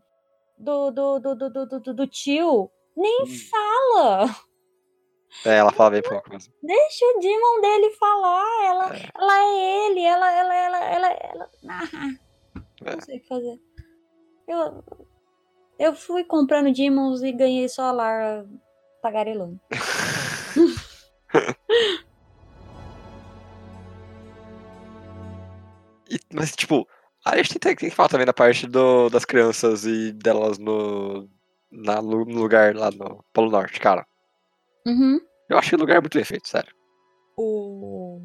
[SPEAKER 1] Do, do, do, do, do, do- do tio. Nem
[SPEAKER 2] Hum.
[SPEAKER 1] fala.
[SPEAKER 2] É, ela fala bem pouco. Mas...
[SPEAKER 1] Deixa o Demon dele falar. Ela
[SPEAKER 2] É.
[SPEAKER 1] é, ela é ele. Ela, ela, ela, ela, ela. Ah,
[SPEAKER 2] É.
[SPEAKER 1] Não sei o que fazer. Eu, eu fui comprando Demons e ganhei só a Lara tagarelando.
[SPEAKER 2] E- mas, tipo, a gente tem, tem que falar também da parte do, das crianças e delas no, na, lu- no lugar lá no Polo Norte, cara.
[SPEAKER 1] Uhum.
[SPEAKER 2] Eu achei o lugar é muito bem feito, sério.
[SPEAKER 1] O...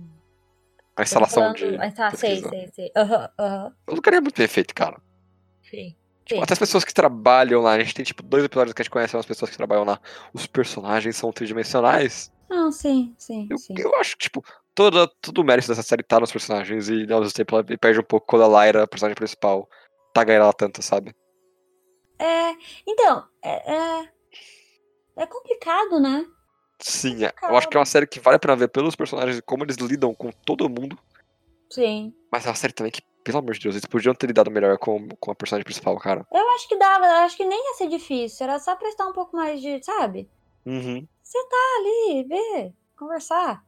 [SPEAKER 2] A instalação de.
[SPEAKER 1] Ah, tá, sei,
[SPEAKER 2] pesquisa.
[SPEAKER 1] sei, sei. Aham, aham.
[SPEAKER 2] O lugar é muito bem feito, cara.
[SPEAKER 1] Sim.
[SPEAKER 2] Tipo,
[SPEAKER 1] Sim.
[SPEAKER 2] até as pessoas que trabalham lá, a gente tem tipo dois episódios que a gente conhece umas pessoas que trabalham lá. Os personagens são tridimensionais.
[SPEAKER 1] Não, sim, sim,
[SPEAKER 2] Eu,
[SPEAKER 1] sim.
[SPEAKER 2] eu acho que, tipo, toda, todo o mérito dessa série tá nos personagens e ao mesmo tempo ela perde um pouco quando a Lyra, a personagem principal, tá ganhando ela tanto, sabe?
[SPEAKER 1] É, então, é, é, é complicado, né?
[SPEAKER 2] Sim, é- eu acho que é uma série que vale a pena ver pelos personagens e como eles lidam com todo mundo.
[SPEAKER 1] Sim.
[SPEAKER 2] Mas é uma série também que, pelo amor de Deus, eles podiam ter lidado melhor com, com a personagem principal, cara.
[SPEAKER 1] Eu acho que dava, eu acho que nem ia ser difícil. Era só prestar um pouco mais de, sabe?
[SPEAKER 2] Uhum.
[SPEAKER 1] ali, ver, conversar.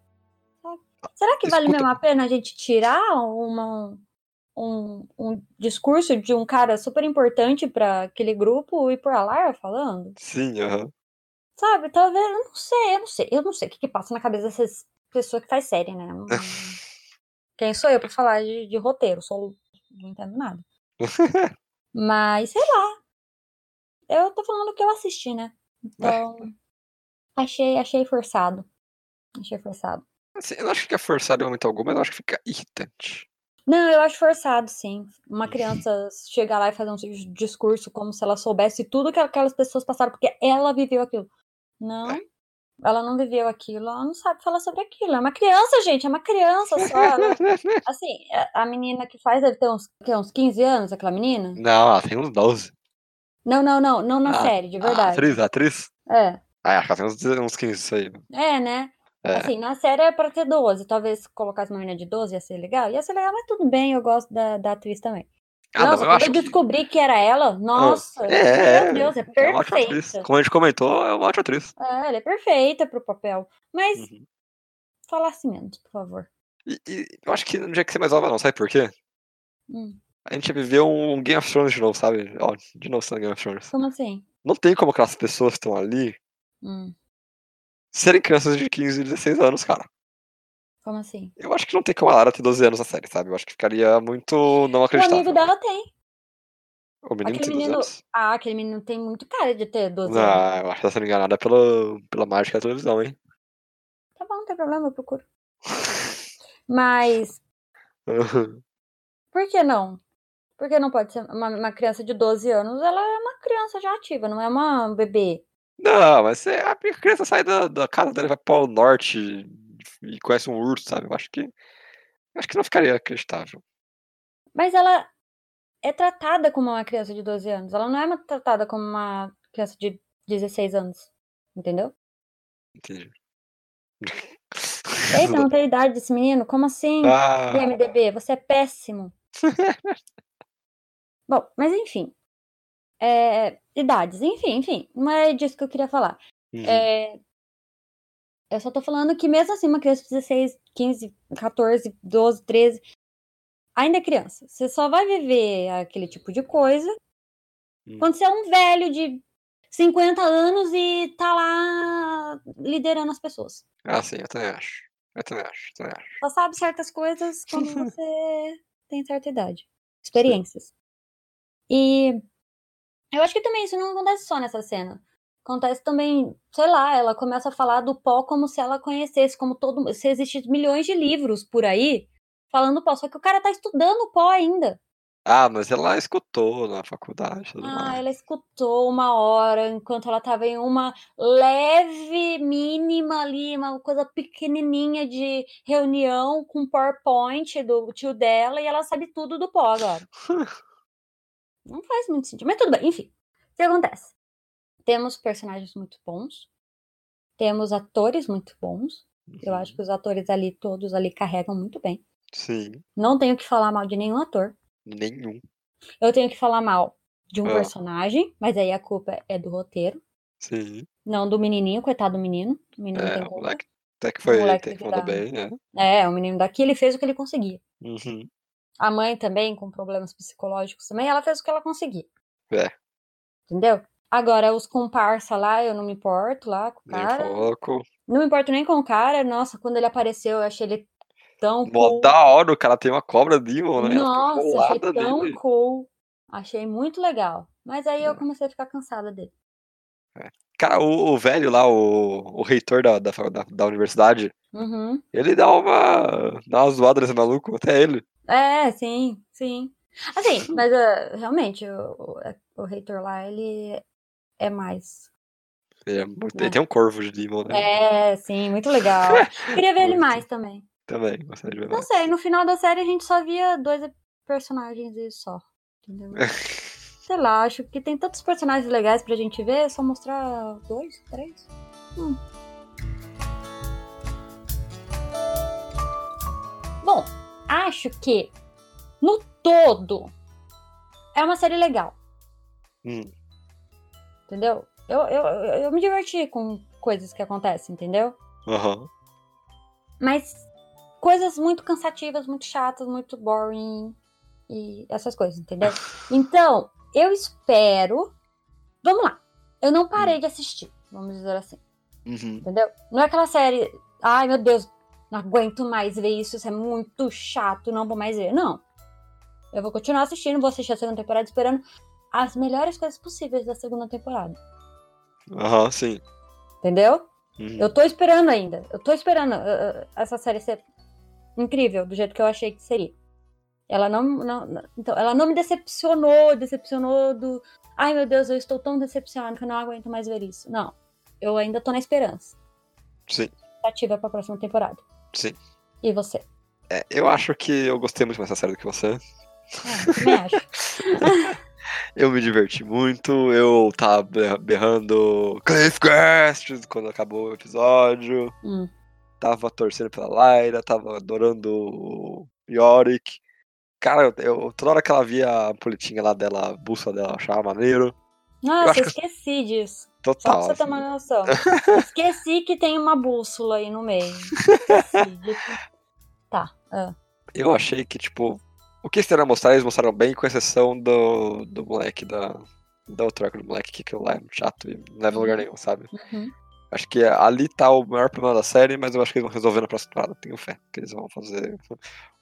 [SPEAKER 1] sabe? Será que vale
[SPEAKER 2] Escuta-
[SPEAKER 1] mesmo a pena a gente tirar uma, um, um discurso de um cara super importante para aquele grupo e por a Lara falando?
[SPEAKER 2] Sim, aham.
[SPEAKER 1] Sabe, talvez, eu não sei, eu não sei, eu não sei o que, que passa na cabeça dessas pessoas que faz série, né? Não- Quem sou eu pra falar de, de roteiro? Sou, não entendo nada. Mas, sei lá. Eu tô falando o que eu assisti, né? Então, achei, achei forçado. Achei forçado.
[SPEAKER 2] Assim, eu não acho que é forçado em momento algum, mas eu acho que fica irritante.
[SPEAKER 1] Não, eu acho forçado, sim. Uma criança chegar lá e fazer um dis- discurso como se ela soubesse tudo que aquelas pessoas passaram, porque ela viveu aquilo. Não,
[SPEAKER 2] É.
[SPEAKER 1] ela não viveu aquilo, ela não sabe falar sobre aquilo. É uma criança, gente, é uma criança só. ela- assim, a a menina que faz deve ter uns, que, uns 15 anos, aquela menina.
[SPEAKER 2] Não, ela tem uns 12.
[SPEAKER 1] Não, não, não, não na
[SPEAKER 2] Ah,
[SPEAKER 1] série, de
[SPEAKER 2] A
[SPEAKER 1] É verdade.
[SPEAKER 2] atriz, a atriz?
[SPEAKER 1] É,
[SPEAKER 2] Ah, acho que ela tem uns, 10 uns 15 isso aí.
[SPEAKER 1] é, né?
[SPEAKER 2] É.
[SPEAKER 1] Assim, na série é pra ter 12. Talvez se colocasse uma menina de 12 ia ser legal. Ia ser legal, mas tudo bem, eu gosto da, da atriz também.
[SPEAKER 2] Ah,
[SPEAKER 1] nossa,
[SPEAKER 2] não, eu
[SPEAKER 1] quando
[SPEAKER 2] acho
[SPEAKER 1] eu
[SPEAKER 2] que
[SPEAKER 1] descobri que... era ela, nossa,
[SPEAKER 2] é,
[SPEAKER 1] meu Deus, é
[SPEAKER 2] é uma ótima atriz.
[SPEAKER 1] perfeita.
[SPEAKER 2] Como a gente comentou, é uma ótima atriz.
[SPEAKER 1] É, ela é perfeita pro papel. Mas
[SPEAKER 2] Uhum.
[SPEAKER 1] falasse menos, por favor.
[SPEAKER 2] E, e eu acho que não tinha que ser mais nova, não, sabe por quê?
[SPEAKER 1] Hum.
[SPEAKER 2] A gente viveu um Game of Thrones de novo, sabe? Ó, de novo sendo Game of Thrones.
[SPEAKER 1] Como assim?
[SPEAKER 2] Não tem como aquelas pessoas que estão ali
[SPEAKER 1] Hum,
[SPEAKER 2] serem crianças de 15, 16 anos, cara.
[SPEAKER 1] como assim?
[SPEAKER 2] Eu acho que não tem como a Lara ter 12 anos na série, sabe? Eu acho que ficaria muito não
[SPEAKER 1] O
[SPEAKER 2] acreditável.
[SPEAKER 1] amigo dela tem.
[SPEAKER 2] O menino
[SPEAKER 1] aquele
[SPEAKER 2] tem 12
[SPEAKER 1] menino-
[SPEAKER 2] anos?
[SPEAKER 1] Ah, aquele menino tem muito cara de ter 12 anos.
[SPEAKER 2] Não, eu acho que tá sendo enganada pela, pela mágica da televisão, hein?
[SPEAKER 1] Tá bom, não tem problema, eu procuro. Mas por que não? Por que não pode ser uma, uma criança de 12 anos? Ela é uma criança já ativa, não é uma bebê.
[SPEAKER 2] Não, mas você, a criança sai da, da casa dela, vai para o norte e conhece um urso, sabe? Eu acho que. eu Acho que não ficaria acreditável.
[SPEAKER 1] Mas ela é tratada como uma criança de 12 anos. Ela não é uma- tratada como uma criança de 16 anos. Entendeu?
[SPEAKER 2] Entendi.
[SPEAKER 1] Eita, É, não tem idade desse menino? Como assim?
[SPEAKER 2] Ah,
[SPEAKER 1] BMDB, você é péssimo. Bom, mas enfim. É, idades, enfim, enfim. Não é disso que eu queria falar.
[SPEAKER 2] uhum.
[SPEAKER 1] É, eu só tô falando que mesmo assim, uma criança de 16, 15, 14, 12, 13, ainda é criança. Você só vai viver aquele tipo de coisa
[SPEAKER 2] Hum.
[SPEAKER 1] quando você é um velho de 50 anos e tá lá liderando as pessoas.
[SPEAKER 2] Ah, sim, eu também acho. Eu também acho, eu também acho.
[SPEAKER 1] Só sabe certas coisas quando você tem certa idade. Experiências. E eu acho que também isso não acontece só nessa cena. Quando Acontece também, sei lá, ela começa a falar do pó como se ela conhecesse, como todo, se existissem milhões de livros por aí falando pó, só que o cara tá estudando pó ainda.
[SPEAKER 2] Ah, mas ela escutou na faculdade. tudo
[SPEAKER 1] Ah,
[SPEAKER 2] mais.
[SPEAKER 1] ela escutou uma hora enquanto ela tava em uma leve, mínima ali, uma coisa pequenininha de reunião com PowerPoint do tio dela e ela sabe tudo do pó agora. Não faz muito sentido, mas tudo bem, enfim. O que acontece? Temos personagens muito bons, temos atores muito bons.
[SPEAKER 2] Hum,
[SPEAKER 1] Eu acho que os atores ali, todos ali, carregam muito bem.
[SPEAKER 2] Sim,
[SPEAKER 1] Não tenho que falar mal de nenhum ator.
[SPEAKER 2] nenhum.
[SPEAKER 1] Eu tenho que falar mal de um
[SPEAKER 2] Ah.
[SPEAKER 1] personagem, mas aí a culpa é do roteiro,
[SPEAKER 2] Sim.
[SPEAKER 1] não do menininho, coitado do menino. O menino
[SPEAKER 2] É,
[SPEAKER 1] tem
[SPEAKER 2] o
[SPEAKER 1] culpa.
[SPEAKER 2] moleque até que foi.
[SPEAKER 1] moleque
[SPEAKER 2] Tem que
[SPEAKER 1] que
[SPEAKER 2] mandou
[SPEAKER 1] dá.
[SPEAKER 2] bem, né?
[SPEAKER 1] É, o menino daqui, ele fez o que ele conseguia.
[SPEAKER 2] Uhum.
[SPEAKER 1] A mãe também, com problemas psicológicos também, ela fez o que ela conseguia.
[SPEAKER 2] É.
[SPEAKER 1] Entendeu? Agora, os comparsa lá, eu não me importo lá com o
[SPEAKER 2] Nem
[SPEAKER 1] cara.
[SPEAKER 2] foco.
[SPEAKER 1] Não me importo nem com o cara. Nossa, quando ele apareceu, eu achei ele tão
[SPEAKER 2] Mó
[SPEAKER 1] cool.
[SPEAKER 2] da hora, o cara tem uma cobra Demon, né? Ela fica
[SPEAKER 1] Nossa, achei
[SPEAKER 2] colada
[SPEAKER 1] tão
[SPEAKER 2] nele.
[SPEAKER 1] cool. Achei muito legal. Mas aí
[SPEAKER 2] É.
[SPEAKER 1] eu comecei a ficar cansada dele.
[SPEAKER 2] Cara, o, o velho lá, o, o reitor da, da, fa- da, da universidade,
[SPEAKER 1] Uhum.
[SPEAKER 2] ele dá uma. dá uma zoada nesse maluco, até ele.
[SPEAKER 1] É, sim, sim. Assim, mas ah, realmente, o, o- é- o reitor lá, ele é mais.
[SPEAKER 2] Ele, é muito- ele
[SPEAKER 1] É.
[SPEAKER 2] tem um corvo de Demon, né?
[SPEAKER 1] É, sim, muito legal. Queria ver ele
[SPEAKER 2] Muito.
[SPEAKER 1] mais também.
[SPEAKER 2] Também, gostaria de ver
[SPEAKER 1] Não
[SPEAKER 2] mais.
[SPEAKER 1] sei, no final da série a gente só via dois personagens e só. Entendeu? Sei lá, acho que tem tantos personagens legais pra gente ver, é só mostrar dois, três. Hum. Bom, acho que no todo é uma série legal,
[SPEAKER 2] Hum,
[SPEAKER 1] entendeu? Eu, eu, eu eu me diverti com coisas que acontecem, entendeu?
[SPEAKER 2] aham.
[SPEAKER 1] Mas coisas muito cansativas, muito chatas, muito boring e essas coisas, entendeu? Então, eu espero. Vamos lá. Eu não parei de assistir, vamos dizer assim,
[SPEAKER 2] Uhum.
[SPEAKER 1] entendeu? Não é aquela série, ai meu Deus, não aguento mais ver isso, isso é muito chato, não vou mais ver. Não. Eu vou continuar assistindo, vou assistir a segunda temporada esperando as melhores coisas possíveis da segunda temporada,
[SPEAKER 2] Aham, sim.
[SPEAKER 1] entendeu?
[SPEAKER 2] Uhum.
[SPEAKER 1] Eu tô esperando ainda. Eu tô esperando uh, uh, essa série ser incrível, do jeito que eu achei que seria. Ela não, não- não- então, ela não me decepcionou, decepcionou do. Ai meu Deus, eu estou tão decepcionado que eu não aguento mais ver isso. Não. Eu ainda tô na esperança.
[SPEAKER 2] Sim.
[SPEAKER 1] Ativa pra próxima temporada.
[SPEAKER 2] Sim.
[SPEAKER 1] E você?
[SPEAKER 2] É, eu acho que eu gostei muito mais dessa série do que você.
[SPEAKER 1] É, eu também acho.
[SPEAKER 2] Eu me diverti muito, eu tava be- berrando Cliff Guest quando acabou o episódio,
[SPEAKER 1] Hum.
[SPEAKER 2] tava torcendo pela Lyra, tava adorando o Yorick. Cara, eu, eu- toda hora que ela via a politinha lá dela, a bússola dela, eu achava maneiro.
[SPEAKER 1] Nossa,
[SPEAKER 2] acho
[SPEAKER 1] eu
[SPEAKER 2] que-
[SPEAKER 1] esqueci disso. Só pra
[SPEAKER 2] Total.
[SPEAKER 1] você
[SPEAKER 2] assim.
[SPEAKER 1] tomar uma noção. Esqueci que tem uma bússola aí no meio. Esqueci de-
[SPEAKER 2] Eu achei que, tipo, o que eles tentaram mostrar, eles mostraram bem, com exceção do, do moleque, da, da outra arca do moleque, que aquilo lá é chato e não leva a lugar nenhum, sabe?
[SPEAKER 1] Uhum.
[SPEAKER 2] Acho que ali tá o maior problema da série, mas eu acho que eles vão resolver na próxima temporada. Tenho fé que eles vão fazer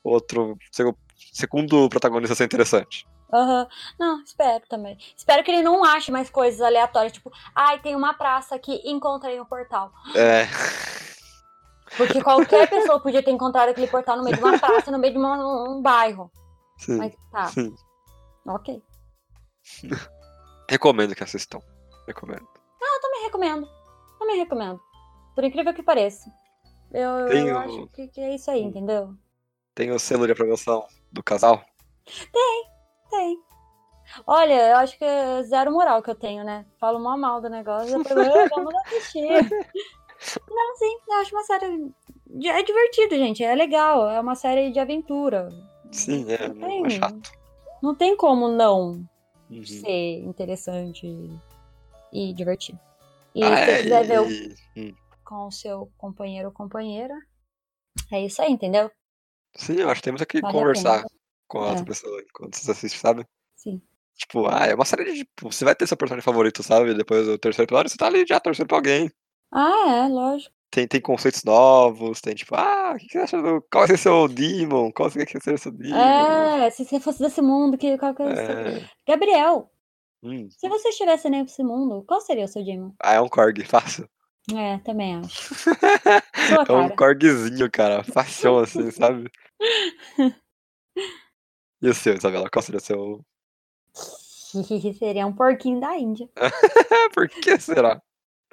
[SPEAKER 2] outro segu- segundo protagonista ser interessante.
[SPEAKER 1] Aham. Não, espero também. Espero que ele não ache mais coisas aleatórias, tipo, ai, tem uma praça aqui, encontrei um portal.
[SPEAKER 2] É.
[SPEAKER 1] Porque qualquer pessoa podia ter encontrado aquele portal no meio de uma praça, no meio de uma- um bairro.
[SPEAKER 2] Sim,
[SPEAKER 1] Mas tá,
[SPEAKER 2] sim.
[SPEAKER 1] ok.
[SPEAKER 2] Recomendo que assistam. Recomendo.
[SPEAKER 1] Também recomendo. Também recomendo. Por incrível que pareça. Eu, eu
[SPEAKER 2] Tem um- o-
[SPEAKER 1] acho que, que é isso aí, entendeu?
[SPEAKER 2] Tem o selo de aprovação do casal?
[SPEAKER 1] Tem. Olha, eu acho que é zero moral que eu tenho, né? Falo mó mal do negócio, depois "Ah, vamos assistir. Não, sim, eu acho uma série. de- É divertido, gente. É legal. É uma série de aventura.
[SPEAKER 2] Sim, é. Não é
[SPEAKER 1] Tem.
[SPEAKER 2] chato.
[SPEAKER 1] Não tem como não
[SPEAKER 2] Uhum.
[SPEAKER 1] ser interessante e divertido. E
[SPEAKER 2] Ah,
[SPEAKER 1] se você
[SPEAKER 2] é,
[SPEAKER 1] quiser ver o-
[SPEAKER 2] e- hum.
[SPEAKER 1] com o seu companheiro ou companheira, é isso aí, entendeu?
[SPEAKER 2] Sim, eu acho que temos que
[SPEAKER 1] Vale a
[SPEAKER 2] conversar com a
[SPEAKER 1] É.
[SPEAKER 2] outra pessoa quando você assiste, sabe?
[SPEAKER 1] Sim.
[SPEAKER 2] Tipo, ah, é uma série de. tipo, você vai ter seu personagem favorito, sabe? Depois do terceiro episódio, você tá ali já torcendo pra alguém.
[SPEAKER 1] Ah, é, lógico.
[SPEAKER 2] tem, tem conceitos novos, tem tipo, ah, o que que você acha do. Qual vai ser seu Demon? Qual você quer que seja seu Demon?
[SPEAKER 1] É, se você fosse desse mundo, que qual que eu sou?
[SPEAKER 2] Uhum. É,
[SPEAKER 1] Gabriel,
[SPEAKER 2] Hum.
[SPEAKER 1] Se você estivesse nesse mundo, qual seria o seu Demon?
[SPEAKER 2] Ah, é um Korg, fácil.
[SPEAKER 1] É, também acho. Sua
[SPEAKER 2] É um
[SPEAKER 1] cara.
[SPEAKER 2] Korgzinho, cara. Fácil assim, sabe? E o seu, Isabela? Qual seria o seu.
[SPEAKER 1] seria um porquinho da Índia.
[SPEAKER 2] É, por que será?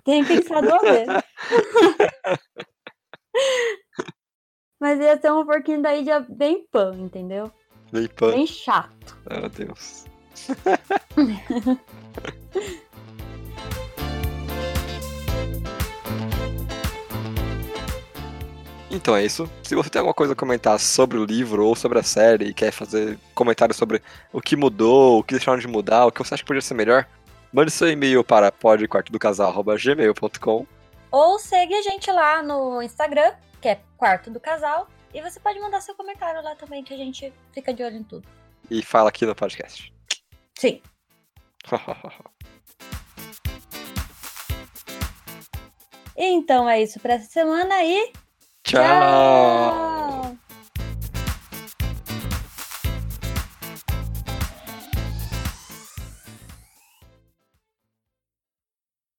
[SPEAKER 1] Tem pensado a ver. Mas ia ser um porquinho da Índia bem pão, entendeu?
[SPEAKER 2] Meio punk.
[SPEAKER 1] Bem chato.
[SPEAKER 2] Ah, Meu Deus. Então é isso. Se você tem alguma coisa a comentar sobre o livro ou sobre a série e quer fazer comentários sobre o que mudou, o que deixaram de mudar, o que você acha que podia ser melhor, mande seu e-mail para podquartodocasal.gmail.com
[SPEAKER 1] Ou segue a gente lá no Instagram, que é Quarto do Casal. E você pode mandar seu comentário lá também, que a gente fica de olho em tudo.
[SPEAKER 2] e fala aqui no podcast.
[SPEAKER 1] Sim. Então é isso para essa semana e.
[SPEAKER 2] Tchau!